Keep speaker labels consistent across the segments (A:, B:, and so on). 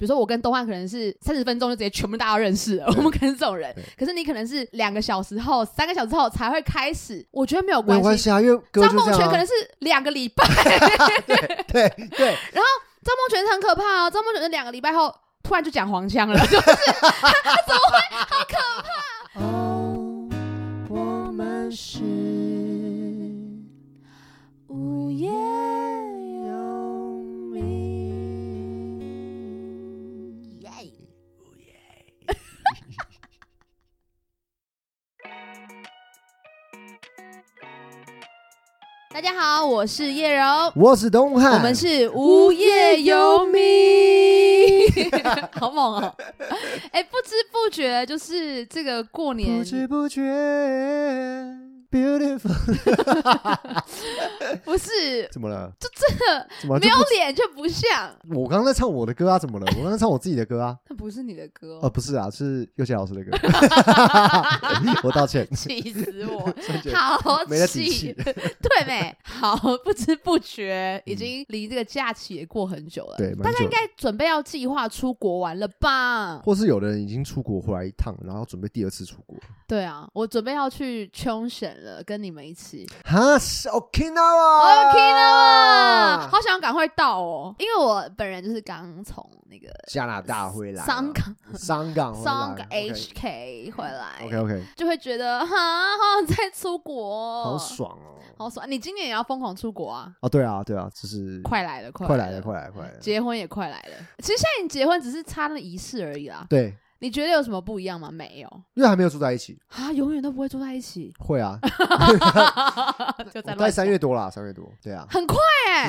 A: 比如说我跟东汉可能是三十分钟就直接全部大家认识了，我们可能是这种人
B: 对，
A: 可是你可能是两个小时后、三个小时后才会开始，我觉得没有
B: 没
A: 关
B: 有关
A: 系。
B: 系啊，因为歌
A: 张
B: 就
A: 梦
B: 这样、
A: 泉
B: 啊。
A: 可能是两个礼拜，
B: 对 对，
A: 张梦泉很可怕哦，张梦泉是两个礼拜后突然就讲黄腔了， 就是
B: 哦，我们是无业游民。耶，无业。
A: 大家好，我是叶柔，
B: 我是东汉，
A: 我们是无业游民， 好猛哦！哎、不知不觉就是这个过年
B: 不，知不觉，beautiful。
A: 不是
B: 怎么了？这
A: 这
B: 怎么了
A: 没有？脸就不像，
B: 这不我刚刚在唱我的歌啊，怎么了？我刚刚唱我自己的歌啊。
A: 那不是你的歌、
B: 呃，
A: 哦，
B: 不是啊，是佑贤老师的 歌。哦我道歉，
A: 气死 我！
B: 瞬间
A: 好
B: 没了底气
A: 气， 对没？好，不知不觉已经离这个假期也过很久了，
B: 嗯对，蛮
A: 大家
B: 久
A: 应
B: 的
A: 该准备要计划出国玩了吧？
B: 或是有的人已经出国回来一趟，然后准备第二次出国。
A: 对啊，我准备要去冲绳了，跟你们一起。
B: 哈，是哦
A: Okinawa，
B: Okinawa，
A: 好想赶快到哦，因为我本人就是刚从那个
B: 加拿大回来啊，
A: 香港
B: 香港回来，
A: 香港 HK 回来
B: OK OK，
A: 就会觉得哈，好想再出国哦，
B: 好爽哦！
A: 好爽！你今年也要疯狂出国啊，
B: 哦，对啊对啊，就是
A: 快来了，
B: 快来
A: 来
B: 了，快来了，快来了。
A: 结婚也快来了，其实现在你结婚只是差那仪式而已啦。
B: 对，
A: 你觉得有什么不一样吗？没有
B: 因为还没有住在一起，，
A: 啊，永远都不会 住在一起
B: 会啊，
A: 哦就在
B: 大概三月，多啦，三月多，对啊，
A: 很快
B: 只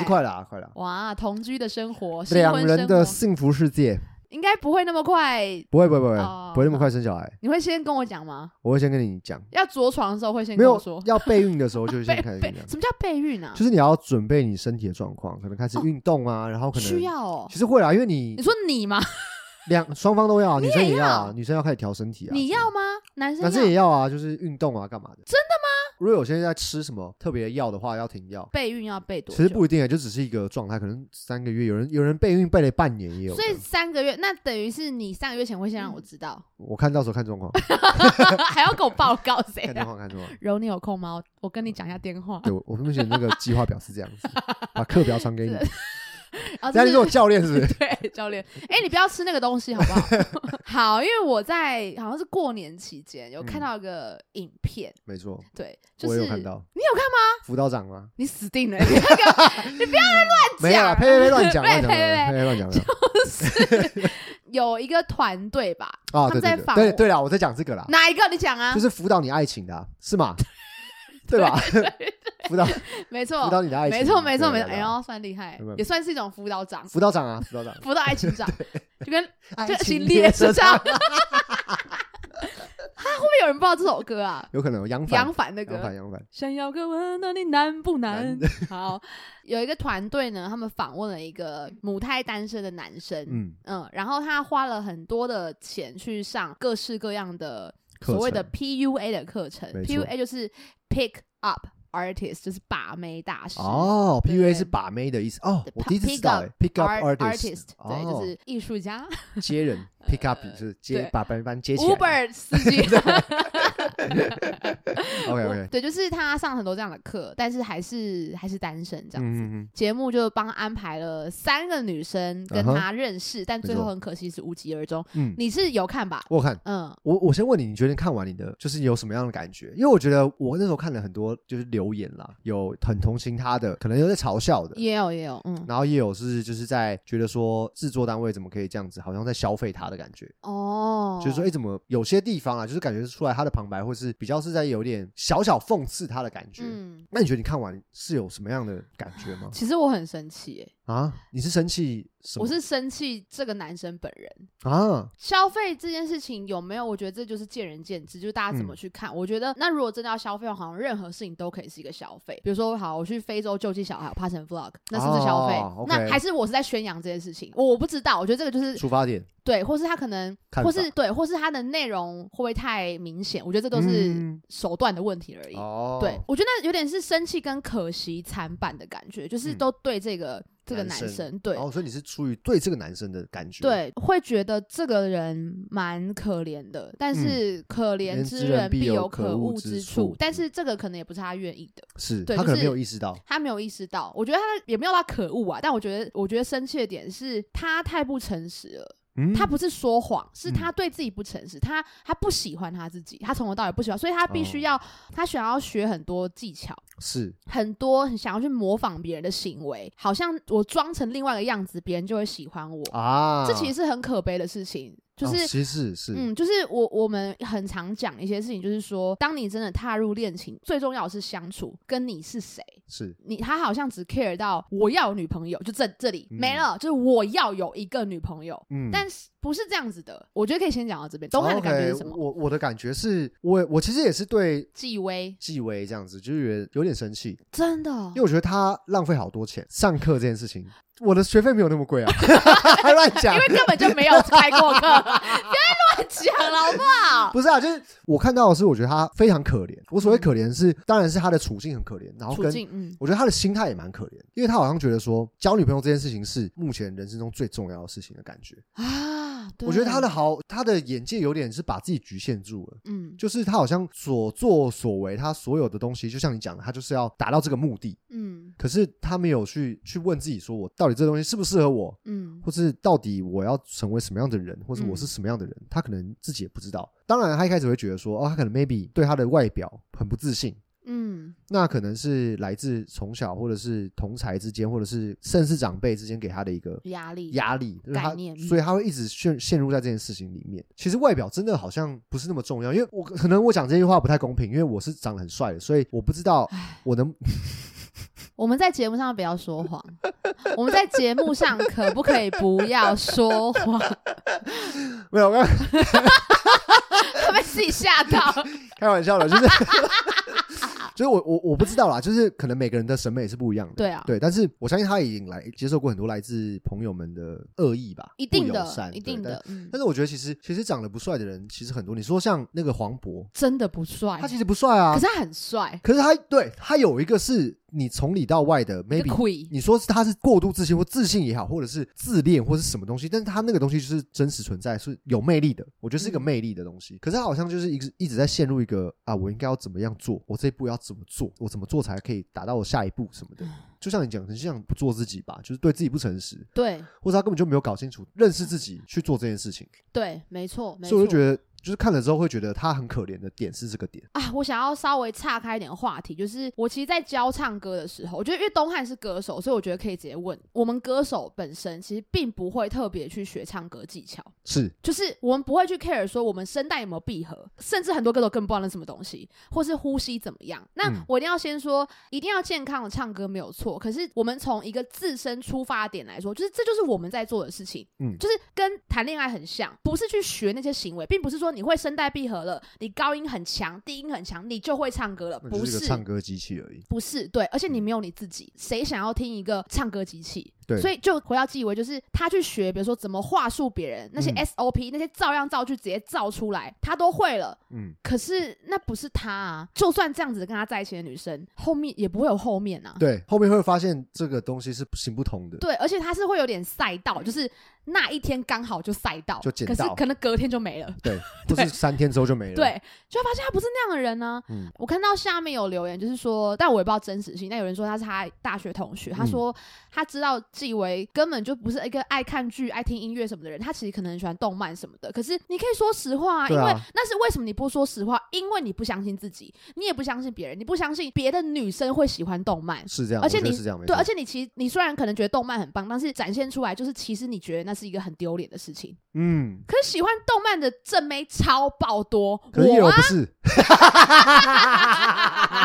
A: 哎、
B: 是快啦，快啦。
A: 哇，同居的生活，新
B: 两
A: 婚
B: 人
A: 生
B: 的
A: 活
B: 幸福世界，
A: 应该不会那么快，
B: 不会不会不会
A: 哦
B: 不会那么快生小孩，
A: 你会先跟我讲吗？
B: 我会先跟你讲，
A: 要着床的时候会先
B: 没
A: 跟我
B: 有
A: 说。
B: 要备孕的时候 就先
A: 备
B: 开始
A: 备
B: 跟你讲，
A: 什么叫备孕啊？
B: 就是你要准备你身体的状况，可能开始
A: 哦
B: 运动啊，然后可能
A: 需要哦。
B: 其实会啦，因为
A: 你
B: 你
A: 说你吗？
B: 两双方都要啊，女生也要啊
A: 要，
B: 女生要开始调身体啊，
A: 你要吗？男生
B: 男生
A: 要
B: 也要啊，就是运动啊，干嘛的？真的吗？如果有些人在吃什么特别的药的话，要停药。
A: 备孕要备多
B: 其
A: 久？
B: 实不一定啊，就只是一个状态，可能三个月，有人有人备孕备了半年也有的。
A: 所以三个月，那等于是你三个月前会先让我知 道，
B: 我看到时候看状况，
A: 还要给我报告谁
B: 看状
A: 啊？
B: 况看状况。
A: 柔，你有空吗？我跟你讲一下电 话。
B: 对，我我目前那个计划表是这样 子，把课表传给你。
A: 然后
B: 等下
A: 这
B: 你
A: 啊是
B: 是我教练是 不是？
A: 对，教练，哎、你不要吃那个东西 好不 好？好，因为我在好像是过年期间有看
B: 嗯
A: 到一个影片，
B: 没错，
A: 对，就
B: 我
A: 是
B: 也有看到。
A: 你有看吗？
B: 辅导长吗？
A: 你死定了！你不要给我
B: 没有啦，
A: 讲
B: 呸呸呸，乱 讲乱讲
A: 呸呸
B: 乱
A: 呸
B: 讲，呸呸乱讲乱讲
A: 有一个团队吧，
B: 啊！
A: 他们
B: 对对
A: 在
B: 对
A: 访
B: 对
A: 我
B: 对啦，我在讲这个啦。
A: 哪一个？你讲啊
B: 就，是辅导你爱情的啊、是吗？对吧？辅导辅
A: 没错，
B: 导你的爱情，
A: 没错，没错，
B: 对
A: 没
B: 啊
A: 错，哎
B: 对啊
A: 呦，算厉害
B: 没有，
A: 也算是一种辅导长，
B: 辅导长啊，辅导长，
A: 辅导爱情长，就跟
B: 爱
A: 这
B: 情
A: 情列车
B: 车
A: 上，哈，会不会有人不知道这首歌 啊？
B: 有可能有杨帆，
A: 杨凡的
B: 杨
A: 歌
B: 帆，，杨帆，
A: 想要个温暖，你难不难
B: 难？
A: 好，有一个团队呢，他们访问了一个母胎单身的男生，
B: 嗯，
A: 嗯，然后他花了很多的钱去上各式各样的
B: 课
A: 所谓的
B: 程
A: PUA 的课程
B: 没错
A: ，PUA 就是 Pick Up Artist，就是把妹大师。
B: 哦
A: 对
B: ，PUA 是把妹的意思哦，我第一次知道
A: Pick
B: 哎，pick
A: Art
B: up
A: artist，对，就
B: 哦，
A: 是艺术家
B: 接人，pick up 就是接
A: 对
B: 把班班接起来
A: ，Uber 司机。
B: ，OK OK，
A: 对，就是他上很多这样的课，但是还是还是单身这样子。
B: 嗯嗯
A: 节目就帮他安排了三个女生跟
B: 嗯哼
A: 他认识，但最
B: 没
A: 后
B: 错
A: 很可惜是无疾而终。
B: 嗯，嗯
A: 你是有看吧？
B: 我有看。
A: 嗯，
B: 我我先问你，你昨天看完你的，就是有什么样的感觉？因为我觉得我那时候看了很多，就是留言啦，有很同情他的，可能有在嘲笑的，
A: 也有也有，嗯，
B: 然后也有是就是在觉得说制作单位怎么可以这样子，好像在消费他的感觉，
A: 哦，
B: 就是说哎、诶怎么有些地方啊，就是感觉出来他的旁白会是比较是在有点小小讽刺他的感觉。
A: 嗯，
B: 那你觉得你看完是有什么样的感觉吗？
A: 其实我很生气耶，
B: 啊，你是生气嗯什么？
A: 我是生气这个男生本人。
B: 啊，
A: 消费这件事情有没有？我觉得这就是见仁见智，就是大家怎
B: 嗯
A: 么去看。我觉得，那如果真的要消费的话，好像任何事情都可以是一个消费。比如说，好，我去非洲救济小孩，我拍成 vlog，那是不是消费？
B: 哦，OK
A: 那还是我是在宣扬这件事情？我我不知道，我觉得这个就是
B: 出发点
A: 对，或是他可能，
B: 看法
A: 或是对，或是他的内容会不会太明显？我觉得这都是
B: 嗯
A: 手段的问题而已。
B: 哦，
A: 对，我觉得有点是生气跟可惜惨版的感觉，就是
B: 嗯
A: 都对这个这个男
B: 男
A: 生，对、
B: 哦，所以你是出于对这个男生的感觉，，
A: 对，会觉得这个人蛮可怜的，但是可
B: 嗯人
A: 怜
B: 之
A: 之
B: 人
A: 人
B: 必
A: 必
B: 有
A: 有
B: 可
A: 可
B: 恶
A: 恶
B: 之
A: 之
B: 处嗯
A: 处，但是这个可能也不是他愿意的。
B: 是
A: 对
B: 他
A: 就
B: 可能没
A: 是
B: 有意识到，
A: 他没有意识到，我觉得他也没有到可恶啊，但我觉得，我觉得生气的点是他太不诚实了。
B: 嗯，
A: 他不是说谎，是他对自己不诚实，他他不喜欢他自己，他从头到尾不喜欢，所以他必
B: 哦
A: 须要、他想要学很多技巧，
B: 是
A: 很多想要去模仿别人的行为，好像我装成另外一个样子，别人就会喜欢我。
B: 啊，
A: 这其实是很可悲的事情，就是
B: 哦其实是
A: 嗯，就是我我们很常讲一些事情，就是说，当你真的踏入恋情，最重要的是相处，跟你是谁。
B: 是
A: 你他好像只 care 到我要有女朋友，就这这里、
B: 嗯
A: 没了，就是我要有一个女朋友，
B: 嗯，
A: 但是不是这样子的。我觉得可以先讲到这边。东汉的感觉是什
B: o
A: 么
B: k？我我的感觉是我我其实也是对
A: 纪薇
B: 纪薇这样子，就是觉得有点生气，
A: 真的
B: 因为我觉得他浪费好多钱上课这件事情，我的学费没有那么贵啊， 乱讲
A: 因。为根本就没有开 过课，不要乱讲了好不好？
B: 不是啊，就是我看到的是，我觉得他非常可怜。我所谓可怜是，当然是他的处境很可怜，然后
A: 嗯处
B: 跟
A: 境，嗯，
B: 我觉得他的心态也蛮可怜，因为他好像觉得说交女朋友这件事情是目前人生中最重要的事情的感觉。
A: 啊，对
B: 我觉得他的，好，他的眼界有点是把自己局限住了。
A: 嗯
B: 就是他好像所作所为，他所有的东西，就像你讲的，他就是要达到这个目的。
A: 嗯
B: 可是他没有去去问自己，说我到底这东西适不适合我，
A: 嗯
B: 或是到底我要成为什么样的人，或是我是
A: 嗯
B: 什么样的人，他可能自己也不知道。当然，他一开始会觉得说，哦，他可能 maybe 对他的外表很不自信，
A: 嗯
B: 那可能是来自从小或者是同才之间，或者是甚至长辈之间给他的一个
A: 压力，
B: 压力，就是他
A: 概念嗯
B: 所以他会一直陷陷入在这件事情里面。其实外表真的好像不是那么重要，因为我可能我讲这句话不太公平，因为我是长得很帅的，所以我不知道我能
A: 我们在节目上不要说谎，我们在节目上可不可以不要说谎？
B: 没有，我刚
A: 会被自己吓 到。
B: 开玩笑了，就是 就是我我我不知道啦，就是可能每个人的审美是不一样的，
A: 对啊，
B: 但是我相信他已经来接受过很多来自朋友们的恶意吧，
A: 一定
B: 不友
A: 的
B: 善，
A: 一定。
B: 对
A: 的
B: 但，
A: 嗯，
B: 但是我觉得其实其实长得不帅的人其实很多，你说像那个黄渤，
A: 真的不帅
B: 他，其实不帅啊
A: 可，是他很帅，
B: 可是他对他有一个是你从里到外的
A: 一个
B: maybe。
A: queen，
B: 你说是他是过度自信或自信也好，或者是自恋或是什么东西，但是他那个东西就是真实存在，是有魅力的。我觉得是一个
A: 嗯
B: 魅力的东西。可是他好像就是一直一直在陷入一个啊，我应该要怎么样做，我这一步要怎么做，我怎么做才可以达到我下一步什么
A: 嗯
B: 的。就像你讲，很像不做自己吧，就是对自己不诚实，
A: 对
B: 或者他根本就没有搞清楚认识自己去做这件事情。
A: 对，没错，没
B: 所以我
A: 错
B: 就觉。得，就是看了之后会觉得他很可怜的点是这个点。
A: 啊，我想要稍微岔开一点话题，就是我其实，在教唱歌的时候，我觉得因为东汉是歌手，所以我觉得可以直接问我们歌手本身，其实并不会特别去学唱歌技巧。
B: 是
A: 就是我们不会去 care 说我们声带有没有闭合，甚至很多歌手更不知道那是什么东西，或是呼吸怎么样。那
B: 嗯
A: 我一定要先说，一定要健康的唱歌没有错。可是我们从一个自身出发点来说，就是这就是我们在做的事情，
B: 嗯
A: 就是跟谈恋爱很像，不是去学那些行为，并不是说你会声带闭合了，你高音很强，低音很强，你就会唱歌了，
B: 那
A: 不
B: 就是一个
A: 是。
B: 唱歌机器而已。
A: 不是对，而且你没有你自己，谁想要听一个唱歌机器？
B: 对
A: 所以就回到纪委，就是他去学，比如说怎么话术别人那些
B: 嗯
A: SOP，、那些照样造句直接造出来，他都会了。
B: 嗯，
A: 可是那不是他啊！就算这样子跟他在一起的女生，后面也不会有后面啊。
B: 对，后面会发现这个东西是行不通的。
A: 对，而且他是会有点赛道，就是那一天刚好就赛道，
B: 就捡
A: 可是
B: 到
A: 可能隔天就没了。
B: 对，不是三天之后就没了。
A: 对，就会发现他不是那样的人呢、
B: 嗯
A: 我看到下面有留言，就是说，但我也不知道真实性。但有人说他是他大学同学，
B: 嗯
A: 他说他知道纪维根本就不是一个爱看剧、爱听音乐什么的人，他其实可能很喜欢动漫什么的。可是你可以说实话啊，
B: 对
A: 因
B: 啊
A: 为那是为什么你不说实话？因为你不相信自己，你也不相信别人，你不相信别的女生会喜欢动漫。
B: 是这样，
A: 而且
B: 我觉得
A: 你
B: 是这样，没
A: 对，
B: 错
A: 而且你其实你虽然可能觉得动漫很棒，但是展现出来就是其实你觉得那是一个很丢脸的事情。
B: 嗯，
A: 可是喜欢动漫的正妹超爆多，
B: 可是也
A: 我
B: 有
A: 啊
B: 不是，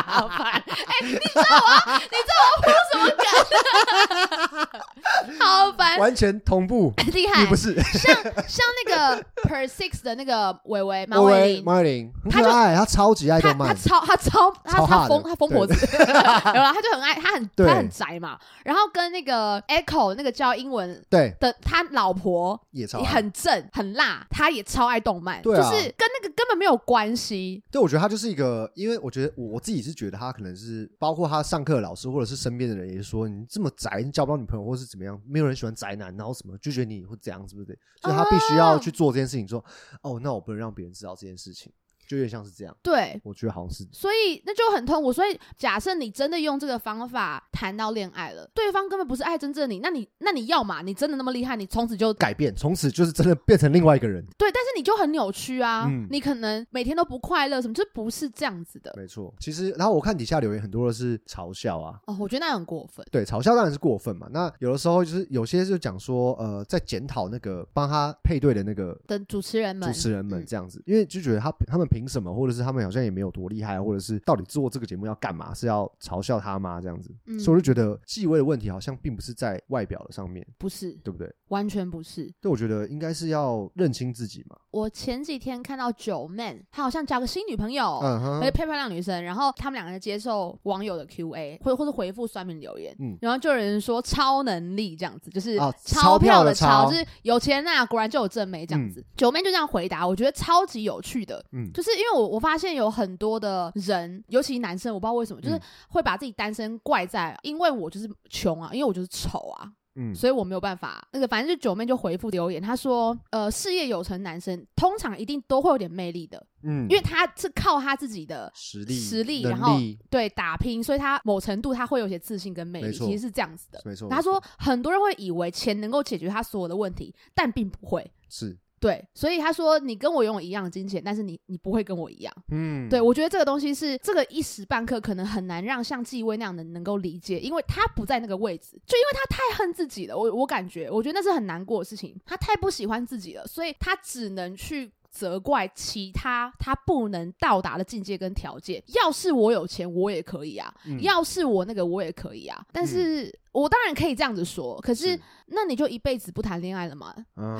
A: 好烦！哎、你知道我，你知道我有什么梗？ 好烦！
B: 完全同步，
A: 厉
B: 你不
A: 害，
B: 是。
A: 像那个 Per Six 的那个那个伟伟马
B: 喂
A: 伟林，
B: 马伟林很
A: 他
B: 可
A: 就
B: 爱，他超级爱
A: 他
B: 动
A: 他
B: 漫，
A: 超他超
B: 超
A: 他
B: 哈
A: 他
B: 的
A: 疯他疯
B: 对
A: 婆子， 有啦，他就很爱他很
B: 对
A: 他很宅嘛。然后跟那个 Echo 那个教英文
B: 对，
A: 的他老婆
B: 也超
A: 也
B: 爱，
A: 很正很辣，他也超爱动漫，
B: 哦对啊
A: 就是跟那个根本没有关系。
B: 对，我觉得他就是一个，因为我觉得我我自己是觉得他可能是包括他上课的老师或者是身边的人也是说你这么宅，你交不到女朋友或是怎么样，没有人喜欢宅男，然后什么就觉得你会怎样，是不是？所以他必须要去做这件事情说，哦，那我不能让别人知道这件事情，就有点像是这样。
A: 对，
B: 我觉得好像是
A: 所以那就很痛苦。所以假设你真的用这个方法谈到恋爱了，对方根本不是爱真正的你，那你那你要嘛，你真的那么厉害，你从此就
B: 改变，从此就是真的变成另外一个人。
A: 对，但是你就很扭曲啊，
B: 嗯
A: 你可能每天都不快乐，什么就不是这样子的
B: 没错，其实然后我看底下留言很多的是嘲笑啊，
A: 哦。我觉得那很过分。
B: 对，嘲笑当然是过分嘛。那有的时候就是有些就讲说，呃，在检讨那个帮他配对的那个
A: 的主持人们，
B: 主持人们
A: 嗯
B: 这样子，因为就觉得他他们凭什么，或者是他们好像也没有多厉害，啊或者是到底做这个节目要干嘛？是要嘲笑他吗？这样子，
A: 嗯
B: 所以我就觉得纪委的问题好像并不是在外表的上面，
A: 不是，
B: 对不对？
A: 完全不是。
B: 对，我觉得应该是要认清自己嘛。
A: 我前几天看到九妹，她好像交个新女朋友，而
B: 嗯
A: 且
B: 哼，
A: 漂漂亮女生，然后他们两个人接受网友的 Q&A，或或是回复酸民留言，
B: 嗯
A: 然后就有人说超能力这样子，就是
B: 啊
A: 钞票的
B: 钞
A: 就是有钱呐、果然就有正妹这样子。九妹就这样回答，我觉得超级有趣的，
B: 嗯
A: 就是因为我我发现有很多的人，尤其男生，我不知道为什么，就是
B: 嗯
A: 会把自己单身怪在，因为我就是穷啊，因为我就是丑啊，
B: 嗯，
A: 所以我没有办法。那个反正就九妹就回复留言，她说，呃，事业有成男生通常一定都会有点魅力的，
B: 嗯，
A: 因为他是靠他自己的
B: 实力、
A: 实力然后
B: 能力，
A: 对打拼，所以他某程度他会有些自信跟魅力，
B: 没错
A: 其实是这样子的。
B: 没错。
A: 他
B: 没错
A: 说，很多人会以为钱能够解决他所有的问题，但并不会。
B: 是，
A: 对，所以他说你跟我拥有一样的金钱，但是你你不会跟我一样。
B: 嗯，
A: 对我觉得这个东西是这个一时半刻可能很难让像纪薇那样的人能够理解，因为他不在那个位置，就因为他太恨自己了。我我感觉，我觉得那是很难过的事情，他太不喜欢自己了，所以他只能去。责怪其他他不能到达的境界跟条件。要是我有钱，我也可以啊；
B: 嗯
A: 要是我那个，我也可以啊。但是、我当然可以这样子说，可是
B: 是
A: 那你就一辈子不谈恋爱了吗？
B: 嗯，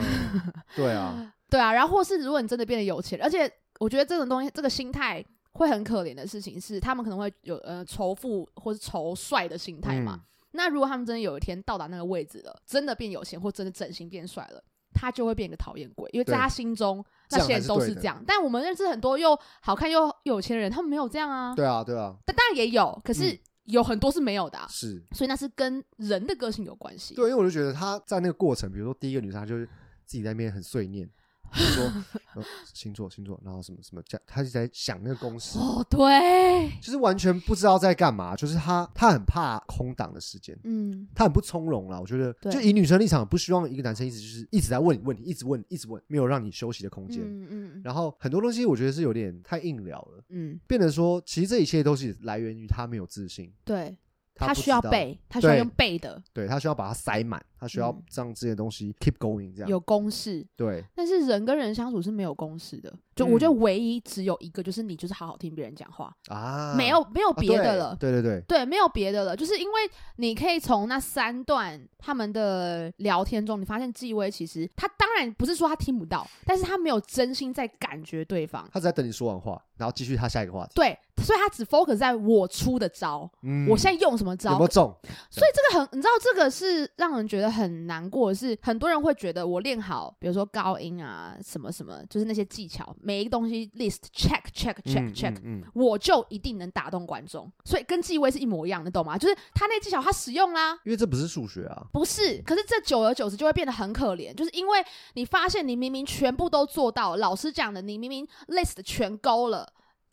B: 对啊，
A: 对啊，然后或是如果你真的变得有钱，而且我觉得这种东西，这个心态会很可怜的事情是，他们可能会有呃仇富或是仇帅的心态嘛。
B: 嗯
A: 那如果他们真的有一天到达那个位置了，真的变有钱或真的整形变帅了。他就会变一个讨厌鬼，因为在
B: 对
A: 他心中
B: 这
A: 那
B: 样
A: 些
B: 才
A: 人
B: 是
A: 都
B: 对
A: 是
B: 的
A: 这样。但我们认识很多又好看又又有钱的人，他们没有这样啊。
B: 对啊，对啊，
A: 但当然也有，可是
B: 嗯
A: 有很多是没有的啊、
B: 是。
A: 所以那是跟人的个性有关系。
B: 对，因为我就觉得他在那个过程，比如说第一个女生，她就是自己在那边很碎念，就说、呃、星座星座，然后什么什么，这样她一直在想那个公式，
A: 哦，对，
B: 就是完全不知道在干嘛。就是她，她很怕空档的时间，
A: 嗯，
B: 她很不从容啦。我觉得，
A: 对
B: 就以女生立场，不希望一个男生一直就是一直在问你问题，一直问一直问，没有让你休息的空间。
A: 嗯嗯
B: 然后很多东西我觉得是有点太硬聊了，
A: 嗯，
B: 变得说其实这一切都是来源于她没有自信，
A: 对。
B: 不
A: 他
B: 知
A: 需要
B: 道，
A: 背，他需要
B: 对
A: 用背的，
B: 对她需要把它塞满，她需要
A: 嗯
B: 让这些东西 keep going 这样，
A: 有公式。
B: 对。
A: 但是人跟人相处是没有公式的，就我
B: 嗯
A: 觉得唯一只有一个，就是你就是好好听别人讲话，
B: 啊，
A: 没有没有
B: 啊
A: 别
B: 对
A: 的了。
B: 对对对，
A: 对，没有别的了，就是因为你可以从那三段他们的聊天中，你发现纪薇其实他当然不是说他听不到，但是他没有真心在感觉对方，
B: 他只在等你说完话，然后继续他下一个话题。
A: 对，所以他只 focus 在我出的招，
B: 嗯
A: 我现在用什么招
B: 有没，有中？
A: 所以这个很，你知道这个是让人觉得很难过的是，很多人会觉得我练好，比如说高音啊，什么什么，就是那些技巧，每一个东西 list check check
B: 嗯
A: check check，、
B: 嗯，嗯
A: 我就一定能打动观众。所以跟纪薇是一模一样的，懂吗？就是他那技巧他使用啦。
B: 因为这不是数学啊，
A: 不是，可是这久而久之就会变得很可怜，就是因为你发现你明明全部都做到，老师讲的你明明 list 全勾了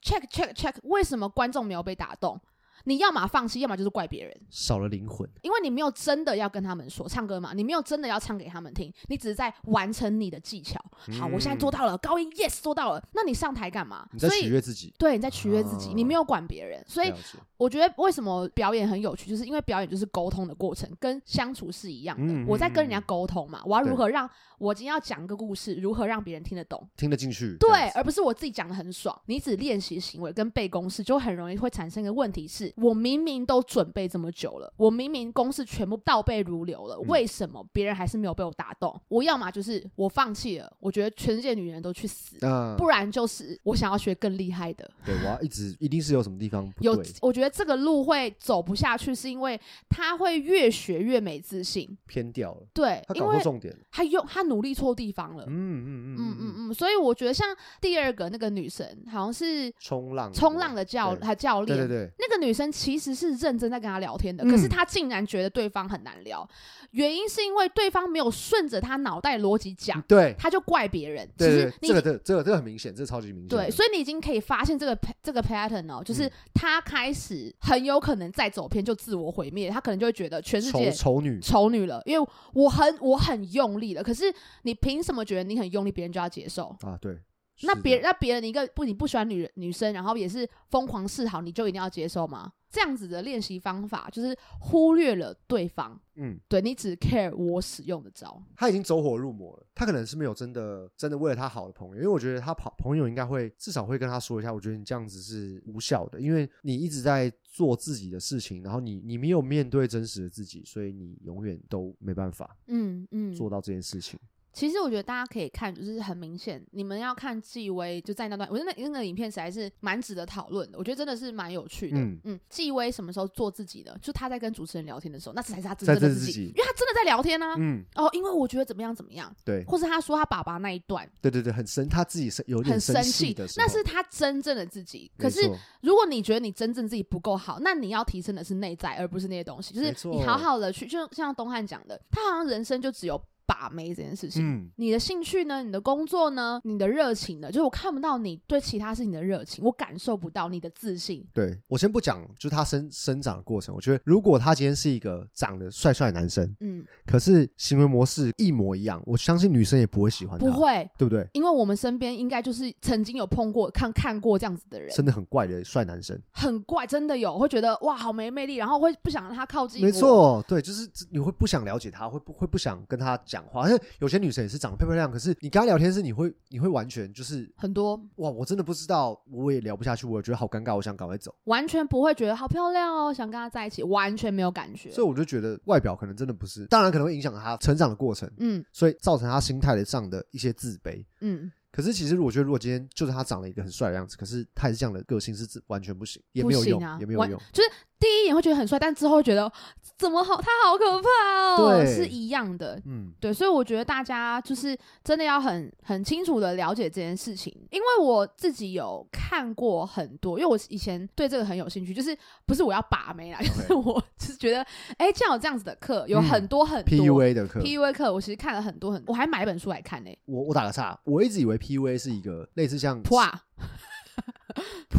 A: ，check check check，为什么观众没有被打动？你要么放弃，要么就是怪别人。
B: 少了灵魂。
A: 因为你没有真的要跟他们说唱歌嘛，你没有真的要唱给他们听，你只是在完成你的技巧。
B: 嗯
A: 好，我现在做到了，高音 yes 做到了，那你上台干嘛
B: 你？在
A: 所
B: 取
A: 以。
B: 悦啊自己，
A: 对，你在取悦自己，
B: 啊
A: 你没有管别人，所以
B: 了解
A: 我觉得为什么表演很有趣，就是因为表演就是沟通的过程，跟相处是一样的。
B: 嗯嗯
A: 我在跟人家沟通嘛，我要
B: 对
A: 如何让我今天要讲个故事，如何让别人听得懂，
B: 听得进去。这
A: 对
B: 样，子
A: 而不是我自己讲的很爽。你只练习行为跟背公式，就很容易会产生一个问题是，我明明都准备这么久了，我明明公式全部倒背如流
B: 嗯
A: 了，为什么别人还是没有被我打动？我要么就是我放弃了，我觉得全世界女人都去死，
B: 那
A: 不然就是我想要学更厉害的。
B: 啊对我要一直一定是有什么地方不
A: 有
B: 对，
A: 我觉得这个路会走不下去，是因为他会越学越没自信。
B: 偏掉了，
A: 对
B: 他，
A: 因
B: 搞
A: 为
B: 错重点了。
A: 他用他努力错地方了。
B: 嗯嗯
A: 嗯
B: 嗯
A: 嗯
B: 嗯，
A: 嗯，所以我觉得像第二个那个女生，好像是
B: 冲浪
A: 冲浪的教
B: 嗯对
A: 她教练，
B: 对对对，
A: 那个女生其实是认真在跟他聊天的，
B: 嗯
A: 可是她竟然觉得对方很难聊，原因是因为对方没有顺着她脑袋逻辑讲，
B: 对
A: 她就怪别人。其
B: 对
A: 实
B: 嗯对，
A: 你
B: 这个这个这个这个很明显，这个超级明显的。
A: 对，所以你已经可以发现这个 pa- 这个 pattern
B: 嗯
A: 哦，就是她开始很有可能再走偏就自我毁灭，她可能就会觉得全世界
B: 丑丑女，
A: 丑女了，因为我很我很用力了，可是你凭什么觉得你很用力，别人就要接受？
B: 啊，对。
A: 那
B: 是
A: 别
B: 的
A: 那别人一个不你不喜欢女人女生，然后也是疯狂示好，你就一定要接受吗？这样子的练习方法就是忽略了对方，
B: 嗯，
A: 对你只 care 我使用的招。
B: 他已经走火入魔了。他可能是没有真的真的为了他好的朋友，因为我觉得他跑朋友应该会至少会跟他说一下，我觉得你这样子是无效的，因为你一直在做自己的事情，然后你你没有面对真实的自己，所以你永远都没办法
A: 嗯嗯，
B: 做到这件事情。
A: 其实我觉得大家可以看，就是很明显，你们要看纪薇就在那段，我觉得那那个影片实在是蛮值得讨论的，我觉得真的是蛮有趣的。
B: 嗯
A: 嗯，纪薇什么时候做自己的？就她在跟主持人聊天的时候，那才是她真
B: 在
A: 正的
B: 这
A: 自
B: 自
A: 己，
B: 己
A: 因为她真的在聊天啊。
B: 嗯，
A: 哦，因为我觉得怎么样怎么样，
B: 对
A: 或是她说她爸爸那一段，
B: 对对对，很生他自己是有点
A: 很生
B: 气
A: 气
B: 的时，候，
A: 那是他真正的自己。可
B: 没
A: 是
B: 错
A: 如果你觉得你真正自己不够好，那你要提升的是内在，而不是那些东西。就
B: 没
A: 是
B: 错
A: 你好好的去，就像东汉讲的，他好像人生就只有把妹这件事情。
B: 嗯，
A: 你的兴趣呢？你的工作呢？你的热情呢？就是我看不到你对其他事情的热情，我感受不到你的自信。
B: 对我先不讲，就是他生生长的过程。我觉得如果他今天是一个长得帅帅的男生，
A: 嗯，
B: 可是行为模式一模一样，我相信女生也不会喜欢他，
A: 不，会，
B: 对不对？
A: 因为我们身边应该就是曾经有碰过、看看过这样子的人，
B: 真的很怪的帅男生，
A: 很怪，真的有会觉得哇，好没魅力，然后会不想让他靠近。
B: 没，错，对，就是你会不想了解他，会不会不想跟他讲话？而且有些女生也是长得漂漂亮，可是你跟她聊天是你会你会完全就是
A: 很多
B: 哇，我真的不知道，我也聊不下去，我也觉得好尴尬，我想赶快走。
A: 完全不会觉得好漂亮哦，想跟她在一起，完全没有感觉。
B: 所以我就觉得外表可能真的不是，当然可能会影响她成长的过程，
A: 嗯
B: 所以造成她心态上的一些自卑。
A: 嗯，
B: 可是其实我觉得，如果今天就是他长了一个很帅的样子，可是他也是这样的个性是完全不行，也
A: 不
B: 没有
A: 行
B: 用，
A: 啊，
B: 也没有
A: 完
B: 用。
A: 就是第一眼会觉得很帅，但之后会觉得怎么好，他好可怕哦，
B: 对
A: 是一样的。
B: 嗯，
A: 对，所以我觉得大家就是真的要很很清楚的了解这件事情，因为我自己有看过很多，因为我以前对这个很有兴趣，就是不是我要把妹啦，就是我就是觉得，哎、这样有这样子的课，有
B: 嗯
A: 很多很多、
B: PUA 的课，
A: PUA 课，我其实看了很多很，我还买一本书来看呢、
B: 我我打个岔，我一直以为 PUA 是一个类似像
A: 哇，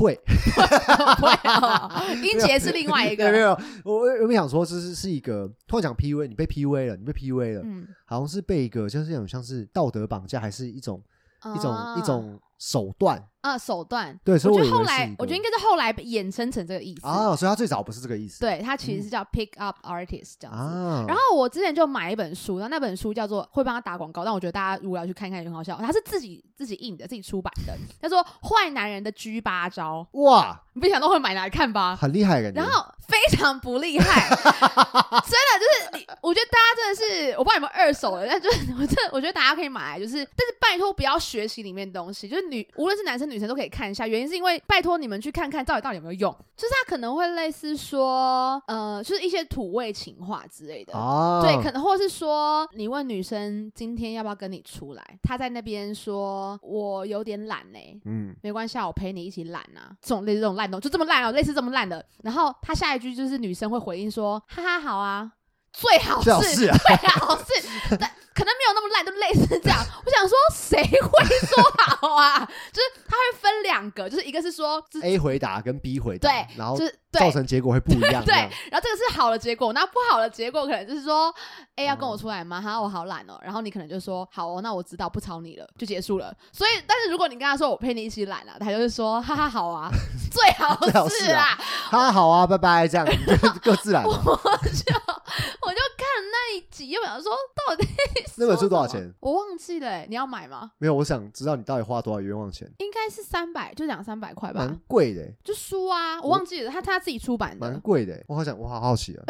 B: 会，
A: 不会 哦，音节是另外一
B: 没 有没
A: 个。
B: 有，我我原本想说这是是一个，突然讲 PUA，你被 PUA 了，你被 PUA 了，
A: 嗯，
B: 好像是被一个就是那种像是道德绑架，还是一种一种、
A: 啊
B: 一种手段，
A: 啊手段。
B: 对，
A: 我
B: 所以
A: 觉
B: 以
A: 得后
B: 为是一
A: 来
B: 个，
A: 我觉得应该是后来衍生成这个意思。
B: 啊，所以他最早不是这个意思，
A: 对，它其实是叫 pick up artist 这样子。
B: 啊，
A: 然后我之前就买一本书，然后那本书叫做会帮他打广告，但我觉得大家如果要去看看也很好笑，它是自己自己印的，自己出版的，叫做《坏男人的 G 八招》，
B: 哇，
A: 你不想都会买来看吧？
B: 很厉害感觉，
A: 然后非常不厉害，真的就是你，我觉得大家真的是，我不知道有没有二手的，但就是我真的我觉得大家可以买来，就是，但是拜托不要学习里面的东西，就是女无论是男生女生都可以看一下，原因是因为拜托你们去看看到底到底有没有用，就是他可能会类似说，呃，就是一些土味情话之类的。
B: 啊，
A: 对，可能或是说，你问女生今天要不要跟你出来，她在那边说，我有点懒嘞、
B: 嗯，
A: 没关系，啊，我陪你一起懒啊，这种类似这种烂的，就这么烂哦、类似这么烂的。然后他下一句就是女生会回应说：“哈哈，好啊，最好是
B: 最好是啊
A: 最好是，但可能没有那么烂，就类似这样。”我想说，谁会说好啊？ 就是他会分两个，就是一个是说，就是
B: A 回答跟 B 回答，
A: 对
B: 然后
A: 就是对
B: 造。成结果会不一样，
A: 对
B: 这样，
A: 然后这个是好的结果，那不好的结果可能就是说，A 要
B: 嗯
A: 跟我出来吗？哈，我好懒哦。然后你可能就说，好哦，那我知道，不吵你了，就结束了。所以，但是如果你跟他说我陪你一起懒了、啊他就会说，哈哈，好 啊，最好
B: 最好
A: 是
B: 是啊
A: 啊。
B: 哈好啊，拜拜，这样各自来嘛，
A: 我就我就看那一集，又想说到底
B: 那本书
A: 说
B: 多少
A: 什么
B: 钱？
A: 我忘记了欸、你要买吗？
B: 没有，我想知道你到底花多少冤枉钱，
A: 应该是三百，就两三百块吧，
B: 蛮贵的欸，
A: 就书啊，我
B: 我
A: 忘记了，他他自己出版的
B: 蛮。贵的欸。我好想，我好好 奇啊，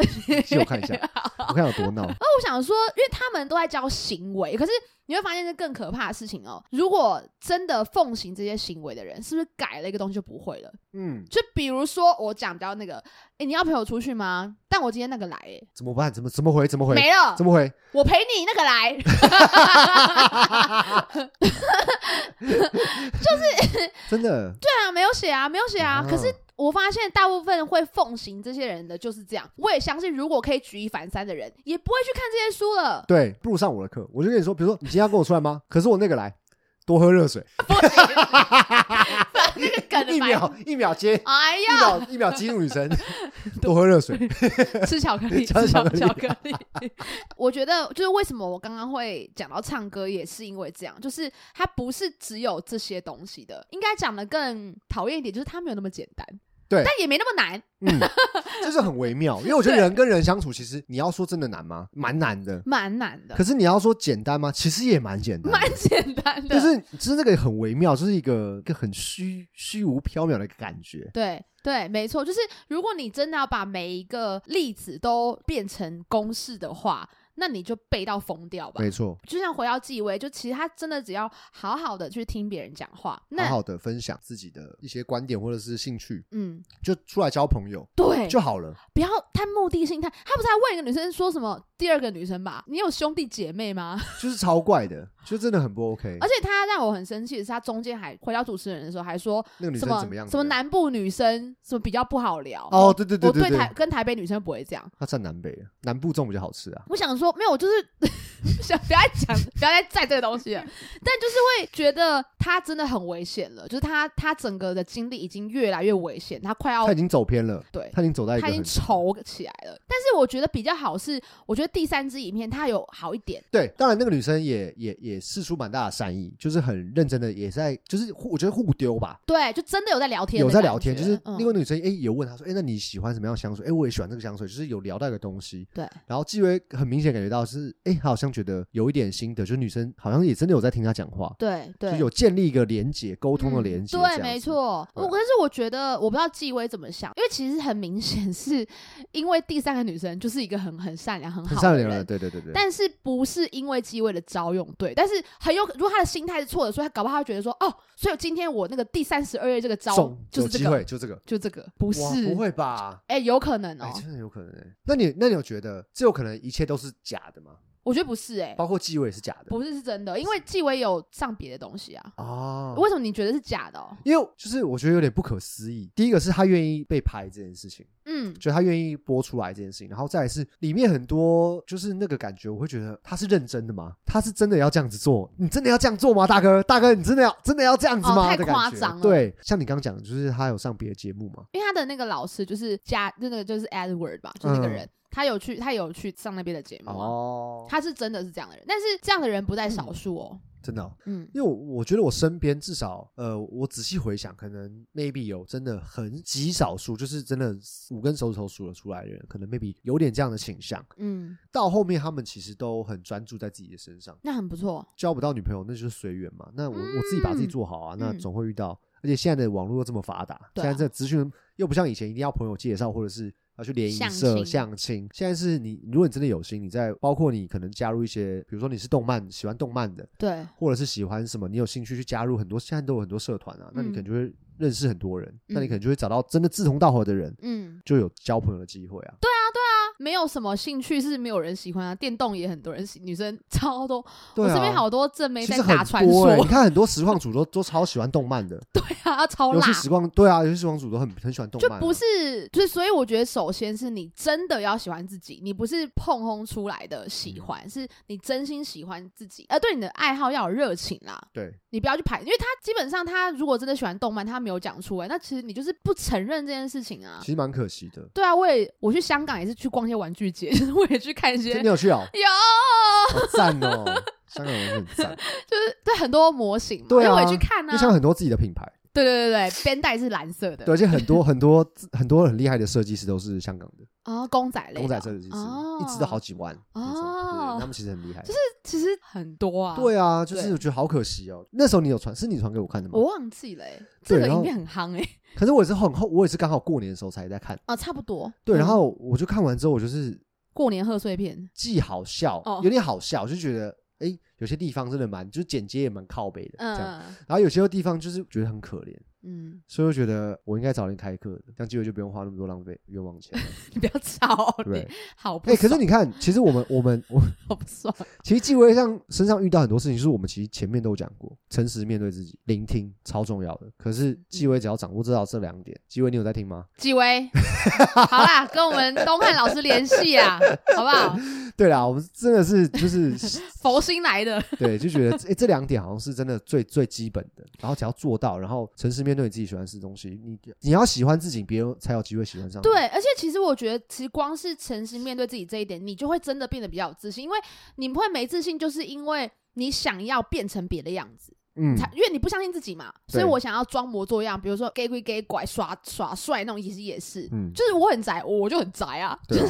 B: 借我看一下，我看有多闹。
A: 我想说，因为他们都在教行为，可是你会发现这更可怕的事情哦。如果真的奉行这些行为的人，是不是改了一个东西就不会了？
B: 嗯，
A: 就比如说我讲比较那个，诶，你要陪我出去吗？但我今天那个来、诶
B: 怎么办？怎么怎么回？怎么回？
A: 没了
B: 怎，么回？
A: 我陪你那个来，
B: 真的，
A: 对啊，没有写啊，没有写啊。
B: 啊
A: 可是我发现大部分会奉行这些人的就是这样。我也相信，如果可以举一反三的人，也不会去看这些书了。
B: 对，不如上我的课。我就跟你说，比如说你今天要跟我出来 吗？可是我那个来，多喝热水，
A: 不行，这个梗
B: 一
A: 白
B: 秒一秒接，一
A: 哎呀，
B: 秒一秒激怒女 神，多喝热水。
A: 吃巧克力，
B: 吃
A: 吃巧
B: 巧克力
A: 巧克力。 我觉得就是为什么我刚刚会讲到唱歌，也是因为这样，就是它不是只有这些东西的，应该讲的更讨厌一点，就是它没有那么简单，
B: 对
A: 但也没那么难。
B: 嗯， 就是很微妙，因为我觉得
A: 对
B: 人跟人相处，其实你要说真的难吗？蛮难的。
A: 蛮难的
B: 可，是你要说简单吗？其实也蛮简单的。
A: 蛮简单的，
B: 就是，就是那个很微妙，就是一个一个很虚虚无缥缈的一个感觉。
A: 对对，没错，就是如果你真的要把每一个例子都变成公式的话，那你就背到疯掉吧
B: 没。错，
A: 就像回到纪委，就其实他真的只要好好的去听别人讲话，那
B: 好好的分享自己的一些观点或者是兴趣，
A: 嗯，
B: 就出来交朋友
A: 对，
B: 就好了。
A: 不要贪目的性太。他不是还问一个女生说什么第二个女生吧？你有兄弟姐妹吗？
B: 就是超怪的，就真的很不 OK
A: 而。且他让我很生气的是，他中间还回到主持人的时候还说
B: 那个女
A: 什
B: 生
A: 么
B: 怎么样？
A: 什么？南部女生什么比较不好聊
B: 哦，对对对
A: 我对
B: 对
A: 台，跟台北女生不会这样。
B: 他站南北啊，南部粽比较好吃啊。
A: 我想说，没有，我就是 想不要再讲，不要再再这个东西了。但就是会觉得他真的很危险了，就是他他整个的经历已经越来越危险，他快要
B: 他已经走偏了，
A: 对。
B: 他已经走在一个
A: 他已经
B: 很
A: 愁起来了，但是我觉得比较好是，我觉得第三支影片它有好一点，
B: 对。当然，那个女生也也也试出蛮大的善意，就是很认真的，也在就是互我觉得互丢吧，
A: 对，就真的有在聊天的
B: 有
A: 感觉，
B: 在聊天，就是
A: 嗯
B: 那个女生哎、诶有问他说，哎、那你喜欢什么样的香水？哎、我也喜欢这个香水，就是有聊到一个东西。
A: 对。
B: 然后纪薇很明显感觉到是，哎、他好像觉得有一点心得，就是女生好像也真的有在听他讲话，
A: 对
B: 就
A: 对，
B: 有建立一个连结、沟通的
A: 嗯
B: 连接、
A: 对，没。错。
B: 对
A: 我可是我觉得，我不知道纪薇怎么想，因为其实很明显是因为第三个女生就是一个很很善良、很
B: 很
A: 好
B: 善
A: 的
B: 良的，
A: 人。
B: 对对对对。
A: 但是不是因为机位的招用对，但是很有可如果他的心态是错的，所以他搞不好他会觉得说哦，所以今天我那个第三十二页这个招
B: 中
A: 就是
B: 有
A: 这
B: 机
A: 个
B: 会，，就这个。
A: 就这个不
B: 哇，
A: 是
B: 不会吧？
A: 哎、有可能
B: 哎
A: 哦，，
B: 真的有可能、欸。那你那你有觉得这有可能一切都是假的吗？
A: 我觉得不是哎、
B: 包括纪委也是假的
A: 不是是真的，因为纪委有上别的东西啊，
B: 啊？
A: 为什么你觉得是假的、哦？
B: 因为就是我觉得有点不可思议。第一个是他愿意被拍这件事情，
A: 嗯，
B: 就他愿意播出来这件事情，然后再来是里面很多就是那个感觉，我会觉得他是认真的吗？他是真的要这样子做？你真的要这样做吗，大哥？大哥，你真的要真的要这样子吗？
A: 哦太
B: 的感
A: 夸
B: 觉
A: 张了
B: 对，像你刚刚讲的，就是他有上别的节目嘛？
A: 因为他的那个老师就是加那个就是 Edward 吧，就是那个
B: 嗯
A: 人，他有去他有去上那边的节目啊、
B: 哦，嗯
A: 他是真的是这样的人，但是这样的人不在少数哦，
B: 真的、哦。
A: 嗯
B: 因为我我觉得我身边至少，呃，我仔细回想，可能 maybe 有真的很极少数，就是真的五根手指头数得出来的人，可能 maybe 有点这样的倾向。
A: 嗯，
B: 到后面他们其实都很专注在自己的身上，
A: 那很不错，
B: 交不到女朋友那就是随缘嘛。那我、我自己把自己做好啊，那
A: 嗯
B: 总会遇到。而且现在的网络又这么发达，
A: 对啊
B: 现在这资讯又不像以前一定要朋友介绍，或者是。要去联谊
A: 相
B: 社
A: 亲
B: 相亲，现在是你，如果你真的有心，你在包括你可能加入一些，比如说你是动漫，喜欢动漫的，
A: 对，
B: 或者是喜欢什么，你有兴趣去加入很多，现在都有很多社团啊，那你
A: 嗯
B: 可能就会认识很多人，那你
A: 嗯
B: 可能就会找到真的志同道合的人，
A: 嗯。
B: 就有交朋友的机会啊。
A: 没有什么兴趣是没有人喜欢啊，电动也很多人喜，女生 超多，
B: 对
A: 我
B: 啊，
A: 身边好多正妹
B: 其
A: 在
B: 实很
A: 打传
B: 多
A: 说
B: 欸欸，你，看很多实况主都都超喜欢动漫的，
A: 对啊， 超
B: 有
A: 辣
B: 些。实况对啊，有些实况主都很很喜欢动
A: 就
B: 漫啊、
A: 不是，就是所以我觉得，首先是你真的要喜欢自己，你不是碰轰出来的
B: 嗯
A: 喜欢，是你真心喜欢自己，呃，对你的爱好要有热情啦，
B: 对，
A: 你不要去排，因为他基本上他如果真的喜欢动漫，他没有讲出来，那其实你就是不承认这件事情啊
B: 其。实蛮可惜的。
A: 对啊，我也我去香港也是去逛一些玩具节，就是 我也去看一些
B: 真的 有去哦，
A: 有
B: 好赞哦！香港人很赞，
A: 就是对很多模型嘛，
B: 对啊
A: 因为我也去看
B: 因
A: 啊，
B: 为香港很多自己的品牌，
A: 对对对对，边带是蓝色的，
B: 对，而且很多很多很多很厉害的设计师都是香港的
A: 啊，公仔类的，
B: 公仔设计师，
A: 哦
B: 一只都好几万那种，对
A: 哦
B: 对，他们其实很厉害。
A: 其实很多啊，
B: 对啊，就
A: 对
B: 是我觉得好可惜哦。那时候你有传，是你传给我看的吗
A: 我？忘记了、欸，这个
B: 然后
A: 影片很夯哎、 欸，
B: 可是我也是很后，我也是刚好过年的时候才在看。
A: 啊，差不多。
B: 对，
A: 嗯
B: 然后我就看完之后，我就是
A: 过年贺岁片，
B: 既好笑
A: 哦，
B: 有点好笑，就觉得哎，诶有些地方真的蛮，就是剪接也蛮靠北的这样。
A: 嗯
B: 然后有些地方就是觉得很可怜，
A: 嗯，
B: 所以我觉得我应该早点开课的，这样机会就不用花那么多浪费冤 枉钱了，
A: 你不要吵，
B: 对不对
A: 你？好不
B: 哎，
A: 爽，
B: 可是你看，其实我们我们我
A: 好不爽，
B: 其实纪委上身上遇到很多事情，就是我们其实前面都有讲过，诚实面对自己，聆听超重要的。可是纪委只要掌握到这两点，纪委你有在听吗？
A: 纪 薇，好啦，跟我们东汉老师联系 啊，好不好？
B: 对啦，我们真的是就是
A: 佛心来的，
B: 对，就觉得哎、诶这两点好像是真的最最基本的。然后只要做到，然后诚实面对你自己喜欢的东西，你你要喜欢自己，别人才有机会喜欢上你。
A: 对，而且其实我觉得，其实光是诚实面对自己这一点，你就会真的变得比较有自信，因为你不会没自信，就是因为你想要变成别的样子，
B: 嗯，
A: 才因为你不相信自己嘛，所以
B: 对
A: 我想要装模作样，比如说 gay 归 gay 拐，耍耍帅那种，其实也是，
B: 嗯，
A: 就是我很宅，我就很宅啊，
B: 对、啊。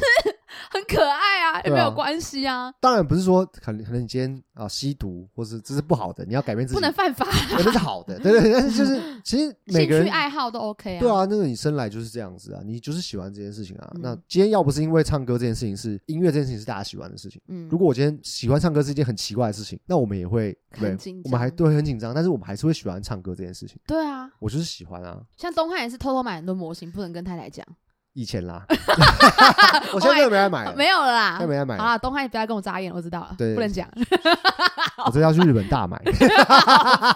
A: 很可爱啊，也
B: 对啊
A: 没有关系啊，
B: 当然不是说可能可能你今天啊吸毒，或是这是不好的，你要改变自己，
A: 不能犯法，
B: 对那是好的，对对。但是就是其实每
A: 兴
B: 个人
A: 趣爱好都 OK 啊，
B: 对，啊，那个你生来就是这样子啊，你就是喜欢这件事情啊。
A: 嗯
B: 那今天要不是因为唱歌这件事情是音乐这件事情是大家喜欢的事情，
A: 嗯
B: 如果我今天喜欢唱歌是一件很奇怪的事情，那我们也会对
A: 很，紧
B: 我们还
A: 张
B: 对很紧张，但是我们还是会喜欢唱歌这件事情。
A: 对啊，
B: 我就是喜欢啊，
A: 像东汉也是偷偷买很多模型，不能跟太太讲，
B: 以前 啦，我现在真的没爱买了，
A: 啊哦没有了啦
B: 现哎在，没爱买
A: 好
B: 了，
A: 啦，东汉不要跟我眨眼，我知道了，
B: 对
A: 不能 讲。
B: 我真的要去日本大买。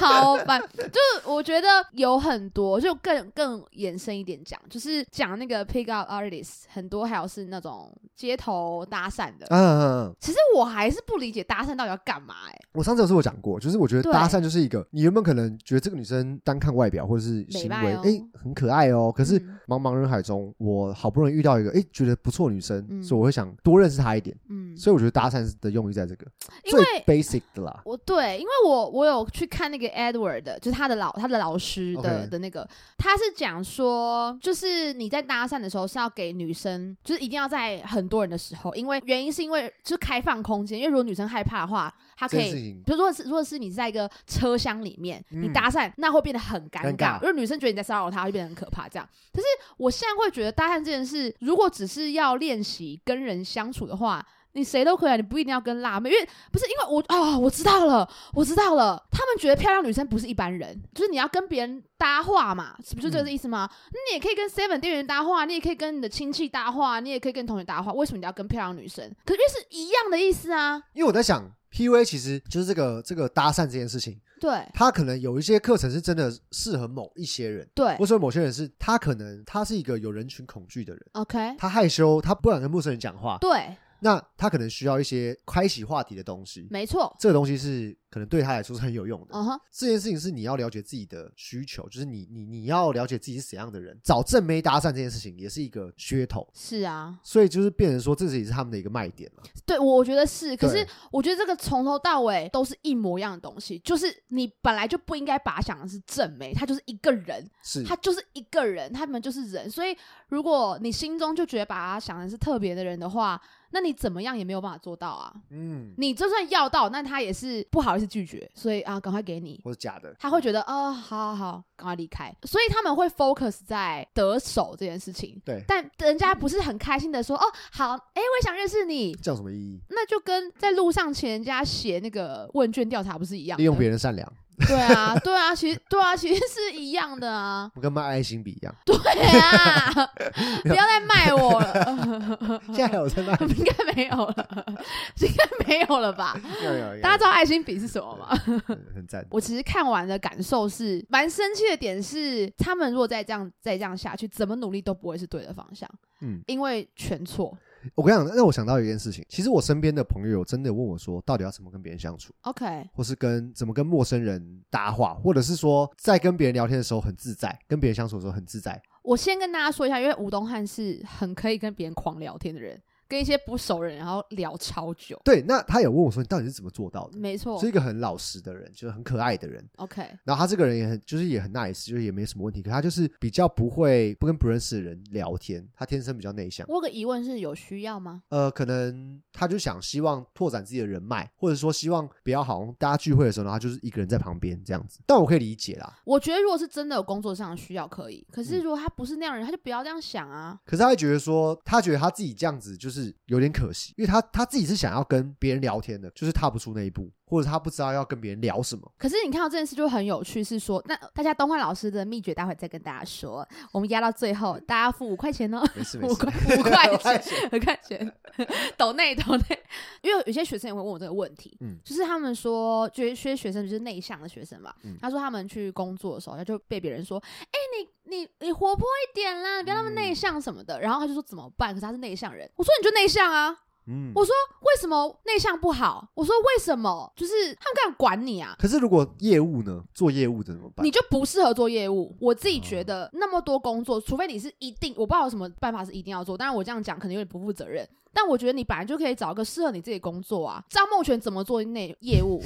A: 好烦，就是我觉得有很多，就更更延伸一点讲，就是讲那个 pick up artist，很多还有是那种街头搭讪的。
B: 嗯嗯嗯，
A: 其实我还是不理解搭讪到底要干嘛哎、
B: 我上次有是我讲过，就是我觉得
A: 对
B: 搭讪就是一个，你原本可能觉得这个女生单看外表或者是行
A: 美
B: 为，
A: 败
B: 哎、
A: 哦
B: 很可爱哦，可是
A: 嗯
B: 茫茫人海中，我好不容易遇到一个，哎、觉得不错的女生，
A: 嗯
B: 所以我会想多认识她一点。
A: 嗯，
B: 所以我觉得搭讪的用意在这个
A: 因
B: 最
A: 为
B: basic 的啦。
A: 我对，因为我我有去看那个 Edward，的就是他的老他的老师的
B: OK
A: 的那个，他是讲说，就是你在搭讪的时候是要给女生，就是一定要在很多人的时候，因为原因是因为就是开放空间，因为如果女生害怕的话，她
B: 这
A: 可
B: 件事
A: 以。
B: 情
A: 比如说是，如果是你在一个车厢里面，你
B: 嗯
A: 搭讪，那会变得很尴
B: 尴尬
A: 因为女生觉得你在骚扰她，会变得很可怕。这样，可是我现在会觉得搭讪这件事，如果只是要练习跟人相处的话，你谁都可以啊，你不一定要跟辣妹，因为不是因为我哦，我知道了，我知道了，他们觉得漂亮女生不是一般人，就是你要跟别人搭话嘛，是不是就这
B: 嗯
A: 个意思吗？那你也可以跟 Seven 店员搭话，你也可以跟你的亲戚搭话，你也可以跟同学搭话，为什么你要跟漂亮女生？可是因为是一样的意思啊，
B: 因为我在想，PUA 其实就是这个这个搭讪这件事情，
A: 对
B: 它可能有一些课程是真的适合某一些人，
A: 对
B: 或者说某些人是他可能他是一个有人群恐惧的人，
A: ，OK，
B: 他害羞，他不敢跟陌生人讲话，
A: 对，
B: 那他可能需要一些开启话题的东西。
A: 没错，
B: 这个东西是可能对他来说是很有用的。
A: 嗯哼，
B: 这件事情是你要了解自己的需求，就是你你你要了解自己是怎样的人。找正妹搭讪这件事情也是一个噱头，
A: 是啊，
B: 所以就是变成说这是也是他们的一个卖点了。
A: 对，我我觉得是，可
B: 对
A: 是我觉得这个从头到尾都是一模一样的东西，就是你本来就不应该把它想的是正妹，她就是一个人，
B: 是，
A: 她就是一个人，他们就是人，所以如果你心中就觉得把她想的是特别的人的话，那你怎么样也没有办法做到啊！
B: 嗯，
A: 你就算要到，那她也是不好意思拒绝，所以啊，赶快给你。
B: 或是假的，
A: 他会觉得，哦，好好好，赶快离开。所以他们会 focus 在得手这件事情，
B: 对
A: 但人家不是很开心的说，哦，好，哎，我也想认识你，
B: 这有什么意义？
A: 那就跟在路上请人家写那个问卷调查不是一样的？
B: 利用别人的善良，
A: 对啊，对啊，其实对啊，其实是一样的啊。
B: 跟卖爱心笔一样。
A: 对 啊，不要再卖我了，
B: 现在还有在卖，
A: 应该没有了，应该没有了 吧？
B: 有有有，
A: 大家知道爱心笔是什么吗？
B: 嗯很赞。
A: 我其实看完的感受是，蛮生气的点是，他们如果再这样再这样下去，怎么努力都不会是对的方向，
B: 嗯，
A: 因为全错。
B: 我跟你讲，让我想到一件事情。其实我身边的朋友真的问我说，到底要怎么跟别人相处，
A: OK，
B: 或是跟怎么跟陌生人搭话，或者是说在跟别人聊天的时候很自在，跟
A: 嗯
B: 别人相处的时候很自在。
A: 我先跟大家说一下，因为吴东汉是很可以跟别人狂聊天的人，跟一些不熟人，然后聊超久。
B: 对，那他有问我说你到底是怎么做到的？
A: 没错
B: 是一个很老实的人，就是很可爱的人。
A: ，OK，
B: 然后他这个人也很，就是也很 nice，就是也没什么问题。可他就是比较不会不跟不认识的人聊天，他天生比较内向
A: 我。有个疑问是有需要吗？
B: 呃，可能他就想希望拓展自己的人脉，或者说希望不要好像大家聚会的时候，然后他就是一个人在旁边这样子。但我可以理解啦，
A: 我觉得如果是真的有工作上的需要可以，可是
B: 嗯
A: 如果他不是那样的人，他就不要这样想啊。
B: 可是他会觉得说，他觉得他自己这样子就是有点可惜，因为他他自己是想要跟别人聊天的，就是踏不出那一步，或者他不知道要跟别人聊什么。
A: 可是你看到这件事就很有趣，是说那大家东焕老师的秘诀，待会再跟大家说。我们压到最后，大家付五块钱哦，
B: 没事没
A: 五
B: 事，
A: 块五块
B: 我发
A: 钱，
B: 现
A: 五块钱，抖内抖内。因为有些学生也会问我这个问题，
B: 嗯
A: 就是他们说，就是些学生就是内向的学生嘛，
B: 嗯
A: 他说他们去工作的时候，他就被别人说，哎、你你你活泼一点啦，你不要那么内向什么的。然后他就说怎么办？可是他是内向人，我说你就内向啊，
B: 嗯
A: 我。说为什么内向不好？我说为什么？就是他们干嘛管你啊？
B: 可是如果业务呢？做业务的怎么办
A: 你？就不适合做业务。我自己觉
B: 哦
A: 得那么多工作，除非你是一定，我不知道有什么办法是一定要做。当然我这样讲可能有点不负责任，但我觉得你本来就可以找一个适合你自己的工作啊。张梦泉怎么做内业务？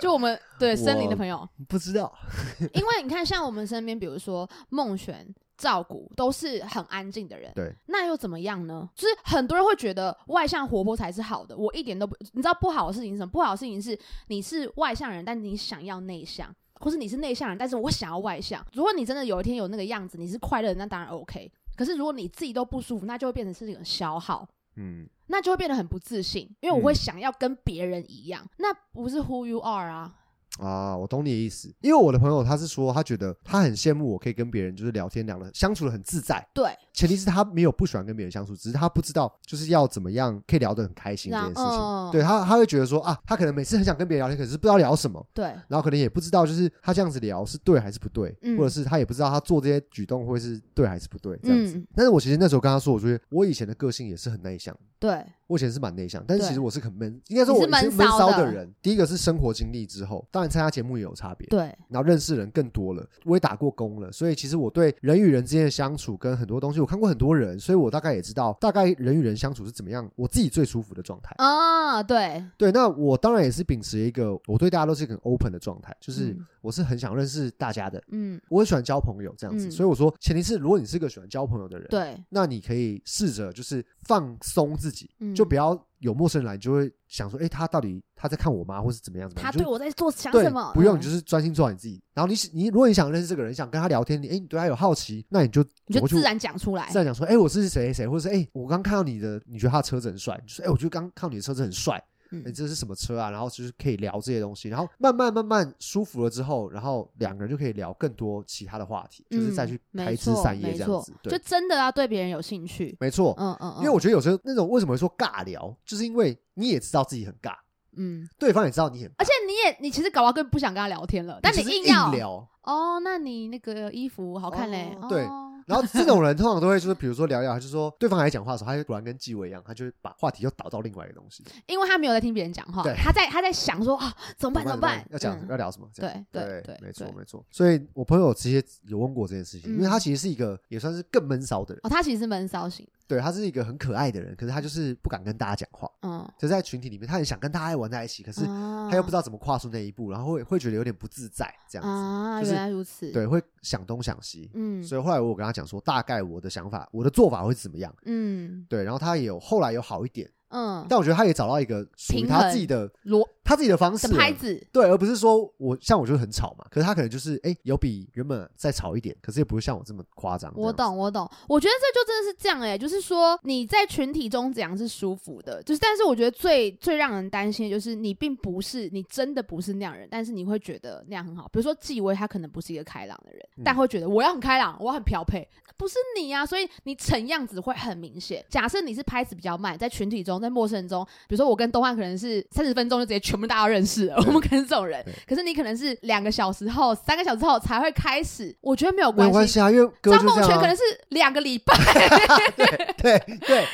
A: 就我们对森林的
B: 我
A: 朋友，
B: 不知道。
A: 因为你看，像我们身边，比如说梦璇、照顾，都是很安静的人。
B: 对，
A: 那又怎么样呢？就是很多人会觉得外向活泼才是好的，我一点都不，你知道不好的事情是什么？不好的事情是你是外向人，但你想要内向。或是你是内向人，但是我想要外向。如果你真的有一天有那个样子，你是快乐的，那当然 OK。可是如果你自己都不舒服，那就会变成是一种消耗，
B: 嗯，
A: 那就会变得很不自信，因为我会
B: 嗯
A: 想要跟别人一样，那不是 who you are 啊。
B: 啊，我懂你的意思。因为我的朋友他是说，他觉得他很羡慕我可以跟别人就是聊天聊的相处的很自在，
A: 对，
B: 前提是他没有不喜欢跟别人相处，只是他不知道就是要怎么样可以聊得很开心这
A: 然
B: 件事情。
A: 嗯
B: 对他，他会觉得说啊，他可能每次很想跟别人聊天，可是不知道聊什么，
A: 对，
B: 然后可能也不知道就是他这样子聊是对还是不对，
A: 嗯
B: 或者是他也不知道他做这些举动会是对还是不对这样子。
A: 嗯，
B: 但是我其实那时候跟他说，我觉得我以前的个性也是很内向。
A: 对，
B: 我以前是蛮内向，但是
A: 对
B: 其实我是很闷，应该说我
A: 你是
B: 是
A: 闷
B: 闷
A: 骚的
B: 骚的人。第一个是生活经历之后，当然参加节目也有差别，
A: 对，
B: 然后认识人更多了，我也打过工了，所以其实我对人与人之间的相处跟很多东西，我看过很多人，所以我大概也知道大概人与人相处是怎么样，我自己最舒服的状态。
A: 啊，对，
B: 对，那我当然也是秉持一个我对大家都是一个很 open 的状态，就是
A: 嗯
B: 我是很想认识大家的，
A: 嗯，
B: 我很喜欢交朋友这样子，
A: 嗯
B: 所以我说前提是如果你是个喜欢交朋友的人，
A: 对，
B: 那你可以试着就是放松自己，
A: 嗯
B: 就不要有陌生人来，你就会想说，哎、他到底他在看我吗，或是怎么样？怎么
A: 他
B: 样？
A: 对
B: 就
A: 我在做想
B: 对
A: 什么？
B: 不用，
A: 嗯
B: 你就是专心做好你自己。然后你喜你，如果你想认识这个人，想跟他聊天，你哎、诶你对他有好奇，那你就
A: 你就
B: 走过去
A: 自然讲出来
B: 自。然讲说，哎、我是谁谁谁，或者是哎、诶我刚看到你的，你觉得他的车子很帅，你就说，哎、我觉得刚看到你的车子很帅，
A: 嗯
B: 你、这是什么车啊？然后就是可以聊这些东西，然后慢慢慢慢舒服了之后，然后两个人就可以聊更多其他的话题，就是再
A: 嗯
B: 去
A: 没
B: 开枝
A: 错
B: 散叶
A: 没
B: 这样
A: 错
B: 子。
A: 就
B: 对，
A: 真的要对别人有兴趣。
B: 没错。
A: 嗯嗯，
B: 因为
A: 嗯
B: 我觉得有时候那种为什么会说尬聊，就是因为你也知道自己很尬，
A: 嗯，
B: 对方也知道你很尬，
A: 而且你也你其实搞到更不想跟他聊天了，但
B: 你
A: 你
B: 就是硬
A: 要
B: 聊。
A: 哦，那你那个衣服好看嘞
B: 哦，对
A: 哦
B: 然后这种人通常都会就是，比如说聊一聊，他就说对方还在讲话的时候，他就突然跟纪委一样，他就会把话题又导到另外一个东西，
A: 因为他没有在听别人讲话
B: 对，
A: 他在他在想说啊，怎么办怎么办？
B: 要讲
A: 嗯
B: 要聊什么？这样
A: 对
B: 对
A: 对，
B: 没
A: 对
B: 错没错。所以我朋友直接有问过这件事情，因为
A: 嗯
B: 他其实是一个也算是更闷骚的人，
A: 哦，他其实是闷骚型，
B: 对他是一个很可爱的人，可是他就是不敢跟大家讲话，
A: 嗯，
B: 就在群体里面，他很想跟大家玩在一起，可是
A: 他
B: 他又不知道怎么跨出那一步，然后会会觉得有点不自在这样子，
A: 啊，
B: 就是
A: 原来如此，，
B: 对，会想东想西。
A: 嗯
B: 所以后来我有跟他讲说，大概我的想法，我的做法会是怎么样。
A: 嗯
B: 对，然后他也有后来有好一点，
A: 嗯，
B: 但我觉得他也找到一个属于
A: 平
B: 他
A: 衡
B: 自己的
A: 罗
B: 他自己的方式
A: 的
B: 了
A: 拍子，
B: 对，而不是说我像我就是很吵嘛，可是他可能就是哎、诶有比原本再吵一点，可是也不会像我这么夸张。
A: 我
B: 这样子，
A: 懂，我懂。我觉得这就真的是这样哎、就是说你在群体中怎样是舒服的，就是但是我觉得最最让人担心的就是你并不是你真的不是那样人，但是你会觉得那样很好。比如说纪薇，他可能不是一个开朗的人，但
B: 嗯
A: 会觉得我要很开朗，我要很漂配，不是你啊，所以你逞样子会很明显。假设你是拍子比较慢，在群体中，在陌生人中，比如说我跟东汉可能是三十分钟就直接全部大家都认识了，我们可能是这种人
B: 对，
A: 可是你可能是两个小时后、三个小时后才会开始，我觉得没有
B: 没
A: 关
B: 有关
A: 系。
B: 系啊，因为哥
A: 张
B: 就
A: 梦
B: 这
A: 泉
B: 样、
A: 可
B: 啊
A: 能。是两个礼拜， 张
B: 对对，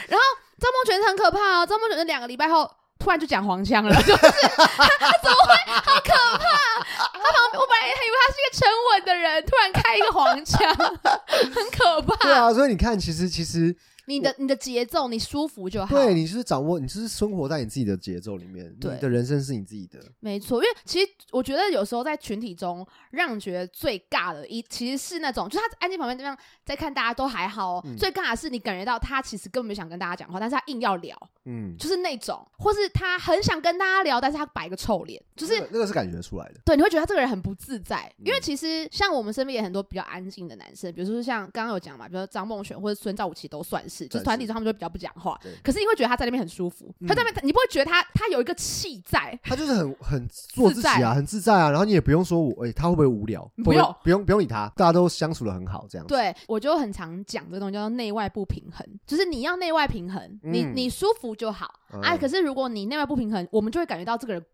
A: 梦泉是很可怕哦。张梦泉是两个礼拜后突然就讲黄腔了， 就是他他怎么会？好可怕！他旁边我本来还以为他是一个沉稳的人，突然开一个黄腔，很可
B: 对
A: 怕。
B: 啊，所以你看，其实其实
A: 你的你的节奏你舒服就好。
B: 对，你就是掌握，你就是生活在你自己的节奏里面，
A: 对
B: 你的人生是你自己的。
A: 没错，因为其实我觉得有时候在群体中，让你觉得最尬的一其实是那种，就是他安静旁边这样在看，大家都还好哦。
B: 嗯
A: 最尬的是你感觉到他其实根本没想跟大家讲话，但是他硬要聊，
B: 嗯，
A: 就是那种，或是他很想跟大家聊，但是他摆个臭脸，就是
B: 那个那个是感觉出来的。
A: 对，你会觉得他这个人很不自在，因为
B: 嗯
A: 其实像我们身边也很多比较安静的男生，比如说像刚刚有讲嘛，比如说张梦璇或者孙兆武，其实都算是，就是
B: 算
A: 团
B: 是嗯
A: 体中他们就会比较不讲话
B: 对，
A: 可是你会觉得他在那边很舒服，他在那边你不会觉得他他有一个气在，
B: 他就是很很做自己
A: 自在
B: 啊，很自在啊，然后你也不用说我，哎、他会不会无聊？
A: 不
B: 会会
A: 用
B: 不用，不用理他，大家都相处的很好，这样子。
A: 对我就很常讲这个东西叫做内外不平衡，就是你要内外平衡，你
B: 嗯
A: 你舒服就好，
B: 嗯
A: 啊，可是如果你内外不平衡，我们就会感觉到这个人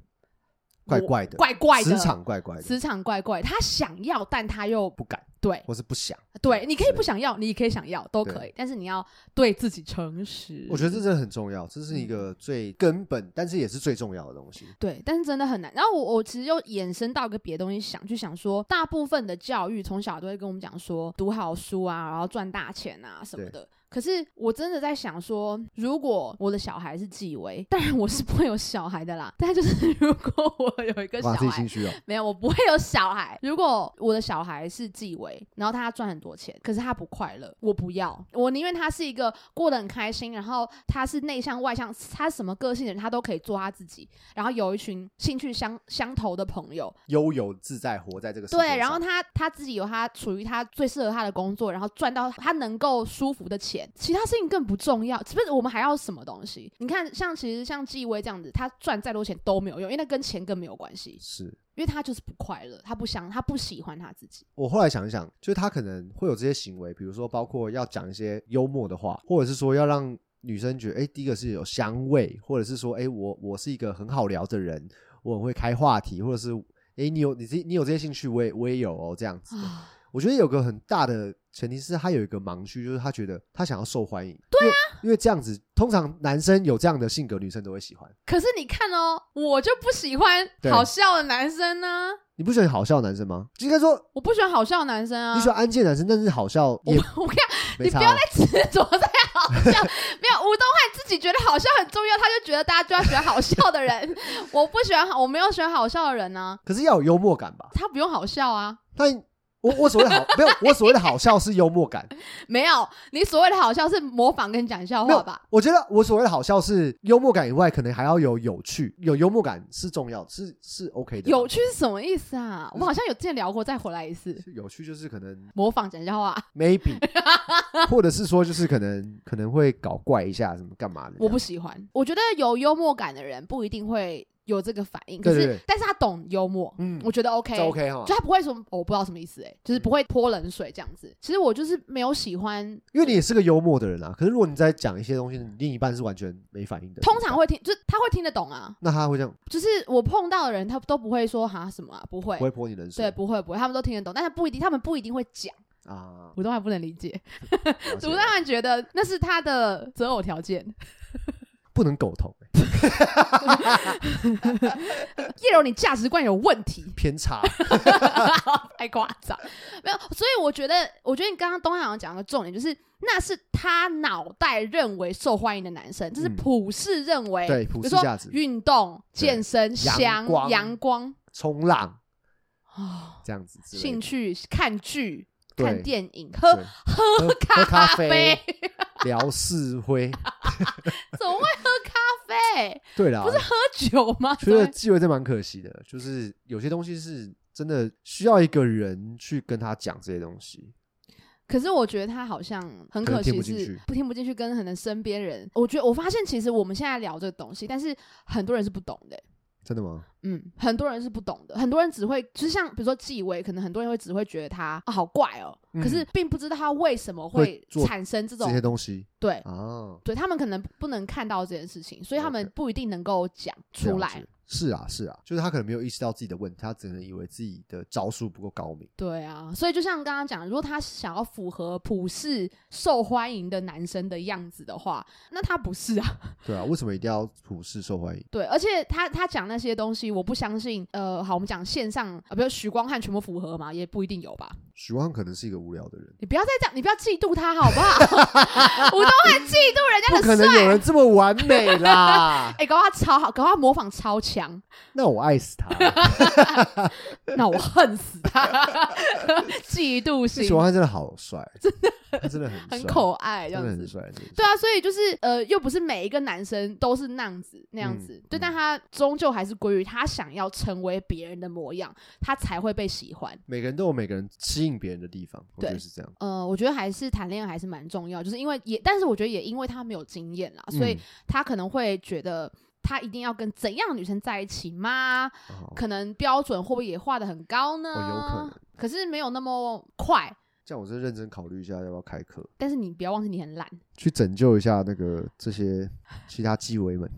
B: 怪
A: 我
B: 怪的，
A: 怪怪的，
B: 磁场怪怪的，
A: 磁场怪怪，他想要但他又
B: 不敢
A: 对。
B: 或是不想。
A: 对，你可以
B: 是
A: 不想要，你也可以想要，都可以，但是你要对自己诚实。
B: 我觉得这真的很重要，这是
A: 嗯
B: 一个最根本，但是也是最重要的东西。
A: 对，但是真的很难。然后我我其实又衍生到一个别的东西想，就想说，大部分的教育从小都会跟我们讲说，读好书啊，然后赚大钱啊什么的。可是我真的在想说，如果我的小孩是纪委，当然我是不会有小孩的啦。但就是如果我有一个小
B: 哇，自己
A: 孩
B: 心，虚哦。
A: 没有，我不会有小孩。如果我的小孩是纪委，然后他赚很多钱，可是他不快乐，我不要。我宁愿他是一个过得很开心，然后他是内向外向，他什么个性的人他都可以做他自己，然后有一群兴趣相相投的朋友，
B: 悠游自在，活在这个世界
A: 对，
B: 上
A: 然后他他自己有他属于他最适合他的工作，然后赚到他能够舒服的钱，其他事情更不重要。是不是我们还要什么东西？你看，像其实像纪威这样子，他赚再多钱都没有用，因为那跟钱更没有关系。
B: 是
A: 因为他就是不快乐，他不想，他不喜欢他自己。
B: 我后来想一想，就是他可能会有这些行为，比如说包括要讲一些幽默的话，或者是说要让女生觉得，哎、第一个是有香味，或者是说，哎、我我是一个很好聊的人，我很会开话题，或者是，哎、你有你这你有这些兴趣，我也我也有哦，这样子。
A: 啊，
B: 我觉得有个很大的前提是他有一个盲区，就是他觉得他想要受欢迎。对啊，因为这样子，通常男生有这样的性格，女生都会喜欢。
A: 可是你看哦，我就不喜欢
B: 对
A: 好笑的男生呢、
B: 你不喜欢好笑的男生吗？就应该说
A: 我不喜欢好笑的男生啊。
B: 你 喜欢安静的男生，但是好笑
A: 我
B: 也
A: 我看
B: 没
A: 你
B: 差
A: 不
B: 啊、
A: 要再执着在好笑， 没有吴东汉自己觉得好笑很重要，他就觉得大家就要喜欢好笑的人。 我不喜欢好，我没有喜欢好笑的人呢、
B: 可是要有幽默感吧。
A: 他不用好笑啊，
B: 但我我所谓的好，没有我所谓的好笑是幽默感，
A: 没有你所谓的好笑是模仿跟讲笑
B: 没
A: 话
B: 有
A: 吧？。
B: 我觉得我所谓的好笑是幽默感以外，可能还要有有趣，有幽默感是重要，是是 OK 的。
A: 有趣是什么意思啊？我们好像有之前聊过，再回来一次，
B: 有趣就是可能
A: 模仿讲笑话。
B: maybe，或者是说就是可能可能会搞怪一下什么干嘛的这样。
A: 我不喜欢。我觉得有幽默感的人不一定会有这个反应，可
B: 对
A: 是
B: 对对
A: 但是他懂幽默，
B: 嗯
A: 我觉得 OK，,
B: 这 OK 哈
A: 就，他不会说、哦我不知道什么意思、欸，就是不会泼冷水这样子。其实我就是没有喜欢，
B: 因为你也是个幽默的人啊。可是如果你在讲一些东西，你另一半是完全没反应的，
A: 通常会听，就是他会听得懂啊。
B: 那他会这样
A: 就是我碰到的人，他都不会说哈什么啊，不会，
B: 不会泼你冷
A: 对，
B: 水
A: 不会不会，他们都听得懂，但是不一定，他们不一定会讲。
B: 啊？
A: 我都还不能理解，
B: 了解
A: 我当然觉得那是他的择偶条件。
B: 不能苟同、欸
A: 叶柔，你价值观有问题。
B: 偏差
A: 太夸张，没有，所以我觉得，我觉得你刚刚东汉好像讲的重点就是，那是他脑袋认为受欢迎的男生，这是
B: 嗯
A: 普世认为，
B: 对
A: 比
B: 普
A: 如
B: 世
A: 说
B: 价值，
A: 运动、健身、
B: 阳
A: 阳
B: 光
A: 阳光
B: 冲浪
A: 啊、
B: 这样子之类的，
A: 兴趣、看剧、
B: 对
A: 看电影、喝
B: 对
A: 喝
B: 喝
A: 咖
B: 喝咖
A: 啡
B: 啡，聊是非。
A: 怎么会喝咖啡？
B: 对啦，
A: 喝酒吗？
B: 觉得纪委真蛮可惜的，就是有些东西是真的需要一个人去跟他讲这些东西。
A: 可是我觉得他好像很可惜
B: 可能听不进
A: 是
B: 去
A: 不听不进去，跟可能身边人，我觉得我发现其实我们现在聊这个东西，但是很多人是不懂的、
B: 真的吗？
A: 嗯，很多人是不懂的，很多人只会，就是像比如说纪委，可能很多人会只会觉得他、啊、好怪哦、
B: 嗯
A: 可是并不知道他为什么
B: 会做
A: 产生这
B: 这
A: 种
B: 些东西
A: 对
B: 啊，
A: 对，他们可能不能看到这件事情，所以他们
B: OK
A: 不一定能够讲出
B: 了
A: 来
B: 解。是啊，是啊，就是他可能没有意识到自己的问题，他只能以为自己的招数不够高明。
A: 对啊，所以就像刚刚讲，如果他想要符合普世受欢迎的男生的样子的话，那他不是啊。
B: 对啊，为什么一定要普世受欢迎？
A: 对，而且他他讲那些东西，西，我不相信。呃，好，我们讲线上，呃，比如许光汉全部符合嘛，也不一定有吧。
B: 许光汉可能是一个无聊的人，
A: 你不要再这样，你不要嫉妒他好不好？ 吴东汉嫉妒
B: 不
A: 人家
B: 可
A: 的
B: 能有
A: 帅，
B: 人这么完美啦
A: 哎、。搞不好他超好，搞不好他模仿超强，
B: 那我 爱死他了，
A: 那我恨死他， 嫉妒心
B: 许光汉真的好 帅，真的，他真的很
A: 很
B: 帅
A: 可爱这
B: 真
A: 样
B: 的
A: 子
B: 很。帅。真的很帅
A: 对啊，所以就是呃，又不是每一个男生都是那样子那样子，
B: 嗯
A: 对，
B: 嗯
A: 但他终究还是归于他想要成为别人的模样，他才会被喜欢。
B: 每个人都有每个人吸引别人的地方，我觉
A: 对
B: 得是这样。
A: 呃，我觉得还是谈恋爱还是蛮重要，就是因为也，但是我觉得也因为他没有经验啦，啊所以
B: 嗯
A: 他可能会觉得他一定要跟怎样的女生在一起吗？
B: 哦
A: 可能标准会不会也画的很高呢？
B: 哦有可能
A: 可是没有那么快，
B: 这样我真的认真考虑一下要不要开课，
A: 但是你不要忘记你很 懒，
B: 去拯救一下那个这些其他纪委们。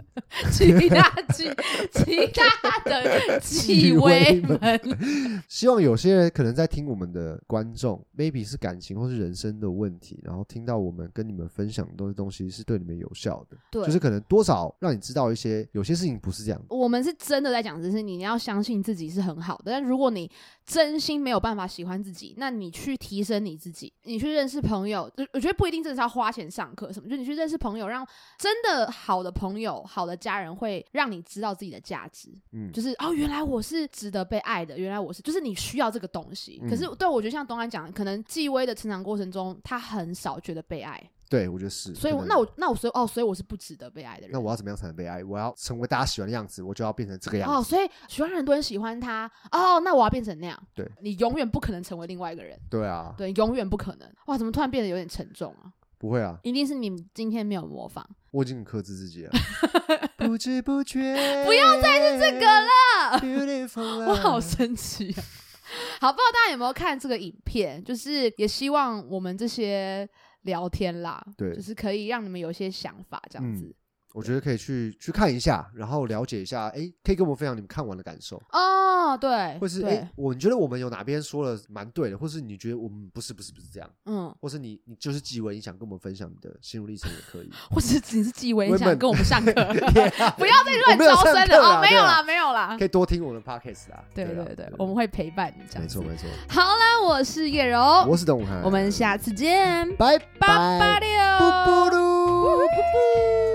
A: 其他其其他 的纪
B: 威
A: 威
B: 们
A: 们。
B: 希望有些人可能在听我们的观众，maybe 是感情或是人生的问题，然后听到我们跟你们分享的东西东西是对你们有效的，
A: 对
B: 就是可能多少让你知道一些有些事情不是这样的。
A: 我们是真的在讲，只是你要相信自己是很好的。但如果你真心没有办法喜欢自己，那你去提升你自己，你去认识朋友，就我觉得不一定真的是要花钱上课什么，就你去认识朋友，让真的好的朋友、好的家人会让你知道自己的价值。
B: 嗯，
A: 就是哦，原来我是值得被爱的，原来我是，就是你需要这个东西。
B: 嗯
A: 可是对我觉得像东安讲的，可能纪薇的成长过程中，他很少觉得被爱，
B: 对我觉得是。
A: 所以
B: 可
A: 我
B: 能
A: 那我那我所以哦，所以我是不值得被爱的人。
B: 那我要怎么样才能被爱？我要成为大家喜欢的样子，我就要变成这个样子。
A: 哦，所以喜欢很多人喜欢他哦，那我要变成那样。
B: 对，
A: 你永远不可能成为另外一个人，
B: 对啊，
A: 对，永远不可能。哇，怎么突然变得有点沉重啊？
B: 不会啊，
A: 一定是你今天没有模仿。
B: 我已经很克制 自己了，不知不觉，不要再是这个
A: 了
B: 啊 了
A: 我好生气啊！好，不知道大家有没有看这个影片？就是也希望我们这些聊天啦，
B: 对
A: 就是可以让你们有一些想法，这样
B: 嗯
A: 子。
B: 我觉得可以去去看一下，然后了解一下，哎，可以跟我们分享你们看完的感受，
A: 哦，对，
B: 或是
A: 对，
B: 哎，我你觉得我们有哪边说了蛮对的，或是你觉得我们不是不是不是这样，
A: 嗯，
B: 或是你你就是纪文，你想跟我们分享你的心路历程也可以。
A: 或者你是纪委
B: 我
A: 想
B: 们
A: 跟我们 上课，不要再
B: 我
A: 乱
B: 没有
A: 招
B: 上
A: 生
B: 课
A: 了
B: 啦
A: 哦，没
B: 对
A: 有
B: 啦
A: 啦，没有啦
B: 可。以多听我们的 podcast 啦。
A: 对
B: 啦
A: 对对，我们会陪伴你这样
B: 没
A: 子。
B: 错没错。
A: 好啦，我是叶柔，
B: 我是邓武涵，
A: 我们下次见，
B: 拜
A: 哦八八
B: 拜，
A: 六，
B: 布布噜。
A: 布布